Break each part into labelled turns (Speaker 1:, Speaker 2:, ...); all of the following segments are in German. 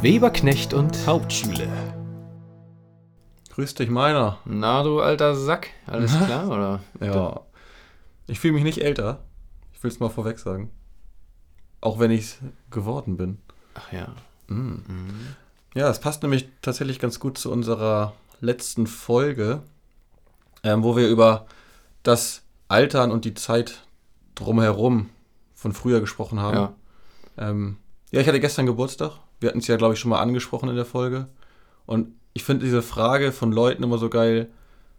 Speaker 1: Weberknecht und
Speaker 2: Hauptschule. Grüß dich, meiner.
Speaker 1: Na du alter Sack, alles klar oder?
Speaker 2: Ja. Ich fühle mich nicht älter. Ich will es mal vorweg sagen. Auch wenn ich geworden bin. Mm.
Speaker 1: Ach ja.
Speaker 2: Ja, es passt nämlich tatsächlich ganz gut zu unserer letzten Folge, ähm, wo wir über das Altern und die Zeit drumherum von früher gesprochen haben.
Speaker 1: Ja.
Speaker 2: Ähm, ja, ich hatte gestern Geburtstag. Wir hatten es ja, glaube ich, schon mal angesprochen in der Folge. Und ich finde diese Frage von Leuten immer so geil.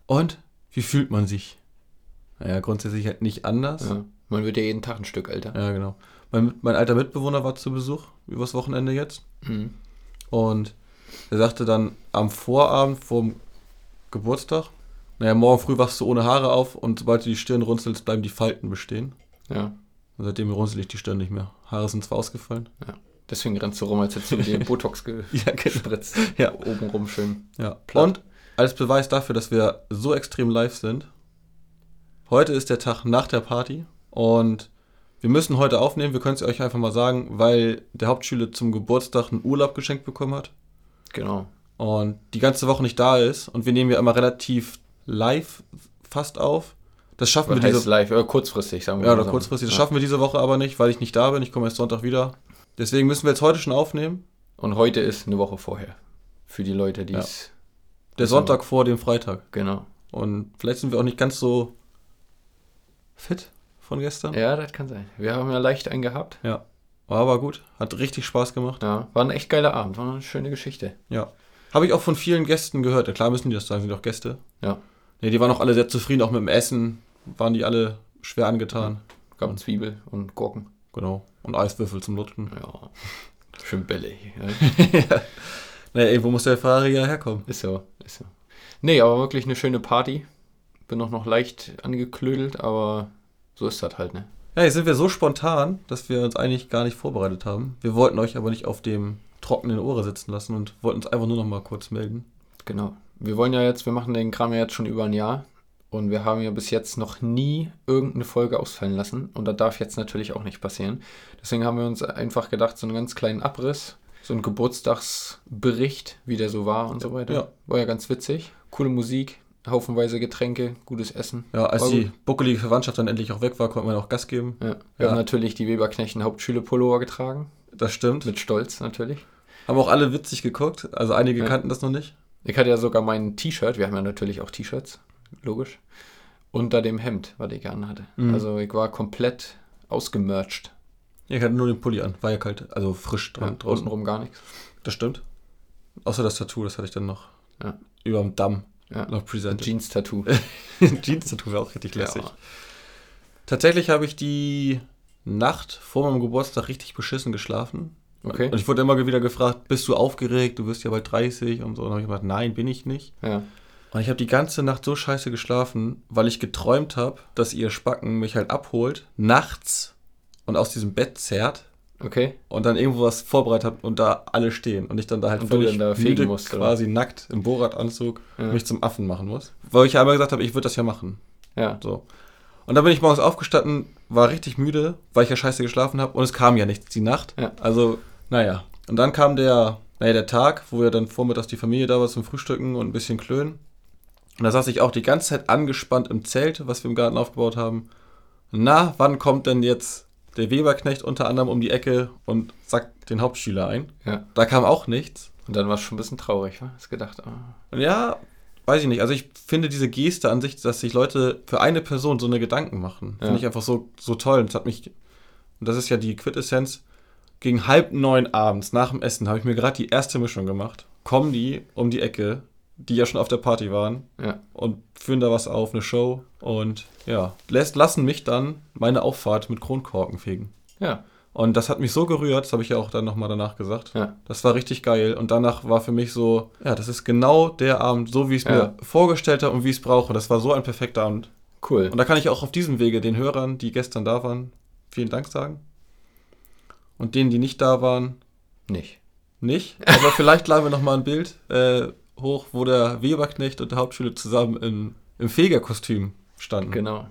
Speaker 2: Und wie fühlt man sich? Naja, grundsätzlich halt nicht anders. Ja,
Speaker 1: ja. Man wird ja jeden Tag ein Stück älter.
Speaker 2: genau. Mein, mein alter Mitbewohner war zu Besuch übers Wochenende jetzt.
Speaker 1: Mhm.
Speaker 2: Und er sagte dann am Vorabend vorm Geburtstag, naja, morgen früh wachst du ohne Haare auf und sobald du die Stirn runzelst, bleiben die Falten bestehen.
Speaker 1: Ja.
Speaker 2: Und seitdem runzel ich die Stirn nicht mehr. Haare sind zwar ausgefallen.
Speaker 1: ja. Deswegen rennst du rum, als hättest du dir Botox ge-
Speaker 2: Ja, genau.
Speaker 1: gespritzt.
Speaker 2: Ja.
Speaker 1: Oben rum schön.
Speaker 2: Ja.
Speaker 1: Platt.
Speaker 2: Und als Beweis dafür, dass wir so extrem live sind, heute ist der Tag nach der Party und wir müssen heute aufnehmen, wir können es euch einfach mal sagen, weil der Hauptschüler zum Geburtstag einen Urlaub geschenkt bekommen hat
Speaker 1: Genau.
Speaker 2: und die ganze Woche nicht da ist und wir nehmen ja immer relativ live fast auf. Das schaffen wir
Speaker 1: Heißt
Speaker 2: diese
Speaker 1: live, äh, kurzfristig, sagen wir
Speaker 2: ja,
Speaker 1: mal
Speaker 2: oder
Speaker 1: so.
Speaker 2: kurzfristig. Das
Speaker 1: Ja.
Speaker 2: schaffen wir diese Woche aber nicht, weil ich nicht da bin. Ich komme erst Sonntag wieder. Deswegen müssen wir jetzt heute schon aufnehmen.
Speaker 1: Und heute ist eine Woche vorher. Für die Leute, die es.
Speaker 2: Der
Speaker 1: Ist
Speaker 2: Sonntag vor dem Freitag.
Speaker 1: Genau.
Speaker 2: Und vielleicht sind wir auch nicht ganz so fit von gestern.
Speaker 1: Ja, das kann sein. Wir haben ja leicht einen gehabt.
Speaker 2: Ja. War aber gut. Hat richtig Spaß gemacht.
Speaker 1: Ja. War ein echt geiler Abend, war eine schöne Geschichte.
Speaker 2: Ja. Habe ich auch von vielen Gästen gehört. Ja, klar müssen die das sagen, sind auch Gäste.
Speaker 1: Ja.
Speaker 2: Nee, die waren auch alle sehr zufrieden, auch mit dem Essen. Waren die alle schwer angetan.
Speaker 1: Gab Zwiebel und Gurken.
Speaker 2: Genau. Und Eiswürfel zum Lutschen.
Speaker 1: Ja. Schön ne? bellig. Ja.
Speaker 2: Naja, irgendwo muss der Ferrari ja herkommen.
Speaker 1: Ist so, ist so. Nee, aber wirklich eine schöne Party. Bin auch noch leicht angeklödelt, aber so ist das halt, ne?
Speaker 2: Ja, jetzt sind wir so spontan, dass wir uns eigentlich gar nicht vorbereitet haben. Wir wollten euch aber nicht auf dem trockenen Ohre sitzen lassen und wollten uns einfach nur noch mal kurz melden.
Speaker 1: Genau. Wir wollen ja jetzt, wir machen den Kram ja jetzt schon über ein Jahr und wir haben ja bis jetzt noch nie irgendeine Folge ausfallen lassen und das darf jetzt natürlich auch nicht passieren. Deswegen haben wir uns einfach gedacht, so einen ganz kleinen Abriss, so einen Geburtstagsbericht, wie der so war und so weiter.
Speaker 2: Ja.
Speaker 1: War ja ganz witzig. Coole Musik, haufenweise Getränke, gutes Essen.
Speaker 2: Ja, als
Speaker 1: War
Speaker 2: die
Speaker 1: gut.
Speaker 2: buckelige Verwandtschaft dann endlich auch weg war, konnten wir auch Gas geben.
Speaker 1: Ja. Wir
Speaker 2: Ja.
Speaker 1: haben natürlich die Weberknechten Hauptschüle-Pullover getragen.
Speaker 2: Das stimmt.
Speaker 1: Mit Stolz natürlich.
Speaker 2: Haben auch alle witzig geguckt. Also einige
Speaker 1: Ja.
Speaker 2: kannten das noch nicht.
Speaker 1: Ich hatte ja sogar mein T-Shirt, wir haben ja natürlich auch T-Shirts, logisch, unter dem Hemd, was ich anhatte.
Speaker 2: Mhm.
Speaker 1: Also ich war komplett ausgemercht.
Speaker 2: Ja, Ich hatte nur den Pulli an. War ja kalt. Also frisch
Speaker 1: Ja,
Speaker 2: dran,
Speaker 1: draußen rum gar nichts.
Speaker 2: Das stimmt. Außer das Tattoo, das hatte ich dann noch
Speaker 1: Ja.
Speaker 2: überm Damm
Speaker 1: Ja.
Speaker 2: noch präsent.
Speaker 1: Jeans-Tattoo.
Speaker 2: Jeans-Tattoo wäre auch richtig lässig.
Speaker 1: Ja.
Speaker 2: Tatsächlich habe ich die Nacht vor meinem Geburtstag richtig beschissen geschlafen.
Speaker 1: Okay.
Speaker 2: Und ich wurde immer wieder gefragt, bist du aufgeregt, du wirst ja bald 30 und so. Und dann habe ich gesagt, nein, bin ich nicht.
Speaker 1: ja.
Speaker 2: Und ich habe die ganze Nacht so scheiße geschlafen, weil ich geträumt habe, dass ihr Spacken mich halt abholt, nachts und aus diesem Bett zerrt
Speaker 1: Okay.
Speaker 2: und dann irgendwo was vorbereitet habt und da alle stehen und ich dann da halt
Speaker 1: Und du dann da fegen
Speaker 2: müde,
Speaker 1: musst, oder?
Speaker 2: quasi nackt im Borat-Anzug
Speaker 1: Ja.
Speaker 2: mich zum Affen machen muss. Weil ich ja einmal gesagt habe, ich würde das ja machen.
Speaker 1: Ja.
Speaker 2: So. Und dann bin ich morgens aufgestanden, war richtig müde, weil ich ja scheiße geschlafen habe und es kam ja nichts die Nacht.
Speaker 1: Ja.
Speaker 2: Also, naja. Und dann kam der, naja, der Tag, wo ja dann vormittags die Familie da war zum Frühstücken und ein bisschen klönen. Und da saß ich auch die ganze Zeit angespannt im Zelt, was wir im Garten aufgebaut haben. Na, wann kommt denn jetzt der Weberknecht unter anderem um die Ecke und sackt den Hauptschüler ein?
Speaker 1: Ja.
Speaker 2: Da kam auch nichts.
Speaker 1: Und dann war es schon ein bisschen traurig, war? Hast gedacht, ah.
Speaker 2: Und ja, weiß ich nicht. Also ich finde diese Geste an sich, dass sich Leute für eine Person so eine Gedanken machen,
Speaker 1: Ja.
Speaker 2: finde ich einfach so, so toll. Und das hat mich, und das ist ja die Quintessenz, gegen halb neun abends nach dem Essen habe ich mir gerade die erste Mischung gemacht. Kommen die um die Ecke, die ja schon auf der Party waren
Speaker 1: ja.
Speaker 2: und führen da was auf, eine Show und ja, lässt, lassen mich dann meine Auffahrt mit Kronkorken fegen.
Speaker 1: Ja.
Speaker 2: Und das hat mich so gerührt, das habe ich ja auch dann nochmal danach gesagt.
Speaker 1: Ja.
Speaker 2: Das war richtig geil. Und danach war für mich so, ja, das ist genau der Abend, so wie ich es
Speaker 1: Ja.
Speaker 2: mir vorgestellt habe und wie ich es brauche. Das war so ein perfekter Abend.
Speaker 1: Cool.
Speaker 2: Und da kann ich auch auf diesem Wege den Hörern, die gestern da waren, vielen Dank sagen. Und denen, die nicht da waren,
Speaker 1: Nicht.
Speaker 2: nicht. Aber vielleicht laden wir nochmal ein Bild äh, hoch, wo der Weberknecht und der Hauptschüler zusammen im, im Fegerkostüm standen.
Speaker 1: Genau.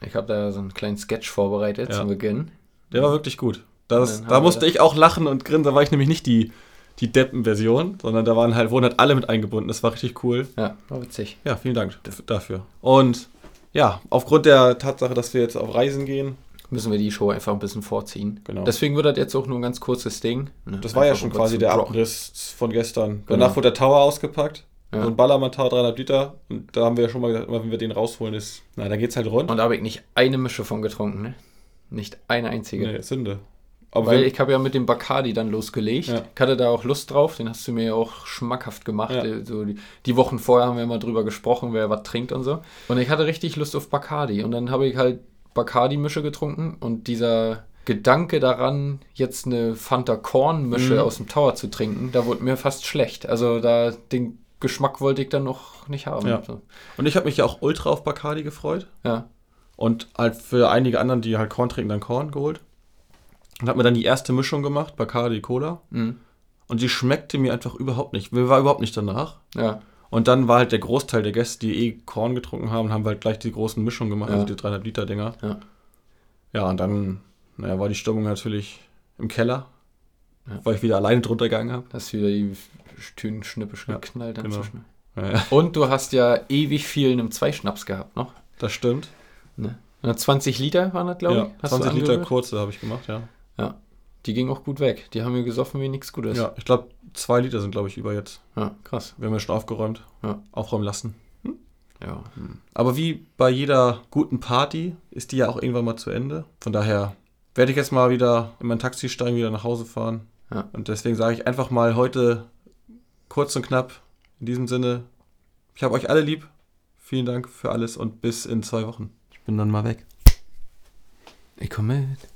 Speaker 1: Ich habe da so einen kleinen Sketch vorbereitet
Speaker 2: Mhm. Ja.
Speaker 1: zum Beginn.
Speaker 2: Der war wirklich gut. Das,
Speaker 1: Dann haben
Speaker 2: da
Speaker 1: wir
Speaker 2: musste ich auch lachen und grinsen, da war ich nämlich nicht die, die Deppen-Version, sondern da waren halt, wurden halt alle mit eingebunden. Das war richtig cool.
Speaker 1: Ja, war witzig.
Speaker 2: Ja, vielen Dank daf- dafür. Und ja, aufgrund der Tatsache, dass wir jetzt auf Reisen gehen,
Speaker 1: Müssen wir die Show einfach ein bisschen vorziehen.
Speaker 2: Genau.
Speaker 1: Deswegen wird das jetzt auch nur ein ganz kurzes Ding. ne?
Speaker 2: das war ja
Speaker 1: Einfach
Speaker 2: schon
Speaker 1: um
Speaker 2: quasi
Speaker 1: zu
Speaker 2: der
Speaker 1: droppen.
Speaker 2: Abriss von gestern.
Speaker 1: Genau.
Speaker 2: Danach wurde der Tower ausgepackt.
Speaker 1: Ja.
Speaker 2: So ein Ballermann-Tower 300 Liter. Und da haben wir ja schon mal gesagt, immer wenn wir den rausholen, ist, na, da geht's halt rund.
Speaker 1: Und da habe ich nicht eine Mische von getrunken, ne? Nicht eine einzige.
Speaker 2: Nee, Sünde. Aber
Speaker 1: Weil
Speaker 2: wir-
Speaker 1: ich habe ja mit dem Bacardi dann losgelegt.
Speaker 2: Ja.
Speaker 1: Ich hatte da auch Lust drauf, den hast du mir ja auch schmackhaft gemacht.
Speaker 2: Ja.
Speaker 1: Äh, So die, die Wochen vorher haben wir immer drüber gesprochen, wer was trinkt und so. Und ich hatte richtig Lust auf Bacardi. Und dann habe ich halt Bacardi-Mische getrunken und dieser Gedanke daran, jetzt eine Fanta Korn-Mische
Speaker 2: Mhm.
Speaker 1: aus dem Tower zu trinken, da wurde mir fast schlecht. Also da den Geschmack wollte ich dann noch nicht haben.
Speaker 2: Ja.
Speaker 1: So.
Speaker 2: Und ich habe mich ja auch ultra auf Bacardi gefreut.
Speaker 1: ja.
Speaker 2: Und halt für einige anderen, die halt Korn trinken, dann Korn geholt. Und habe mir dann die erste Mischung gemacht, Bacardi Cola.
Speaker 1: Mhm.
Speaker 2: Und die schmeckte mir einfach überhaupt nicht. Mir war überhaupt nicht danach.
Speaker 1: ja.
Speaker 2: Und dann war halt der Großteil der Gäste, die eh Korn getrunken haben, haben halt gleich die großen Mischungen gemacht,
Speaker 1: Ja.
Speaker 2: also die 3,5 Liter Dinger.
Speaker 1: Ja.
Speaker 2: Ja, und dann naja, war die Stimmung natürlich im Keller,
Speaker 1: Ja.
Speaker 2: weil ich wieder alleine drunter gegangen habe.
Speaker 1: Hast wieder die Tüten schnippisch
Speaker 2: Ja,
Speaker 1: geknallt
Speaker 2: genau.
Speaker 1: dazwischen.
Speaker 2: Ja, ja,
Speaker 1: Und du hast ja ewig viel in einem Zwei-Schnaps gehabt noch.
Speaker 2: das stimmt.
Speaker 1: Ne? Na, 20 Liter waren das, glaube ich.
Speaker 2: Ja,
Speaker 1: hast
Speaker 2: 20
Speaker 1: du
Speaker 2: Liter
Speaker 1: angerührt?
Speaker 2: kurze habe ich gemacht, ja.
Speaker 1: Ja. Die gingen auch gut weg. Die haben mir gesoffen wie nichts Gutes.
Speaker 2: Ja, ich glaube, zwei Liter sind, glaube ich, über jetzt.
Speaker 1: Ja, krass.
Speaker 2: Wir haben ja schon aufgeräumt,
Speaker 1: Ja.
Speaker 2: aufräumen lassen.
Speaker 1: Ja.
Speaker 2: Aber wie bei jeder guten Party ist die ja auch irgendwann mal zu Ende. Von daher werde ich jetzt mal wieder in mein Taxi steigen, wieder nach Hause fahren.
Speaker 1: Ja.
Speaker 2: Und deswegen sage ich einfach mal heute kurz und knapp in diesem Sinne, ich habe euch alle lieb. Vielen Dank für alles und bis in zwei Wochen. Ich bin dann mal weg.
Speaker 1: Ich komme mit.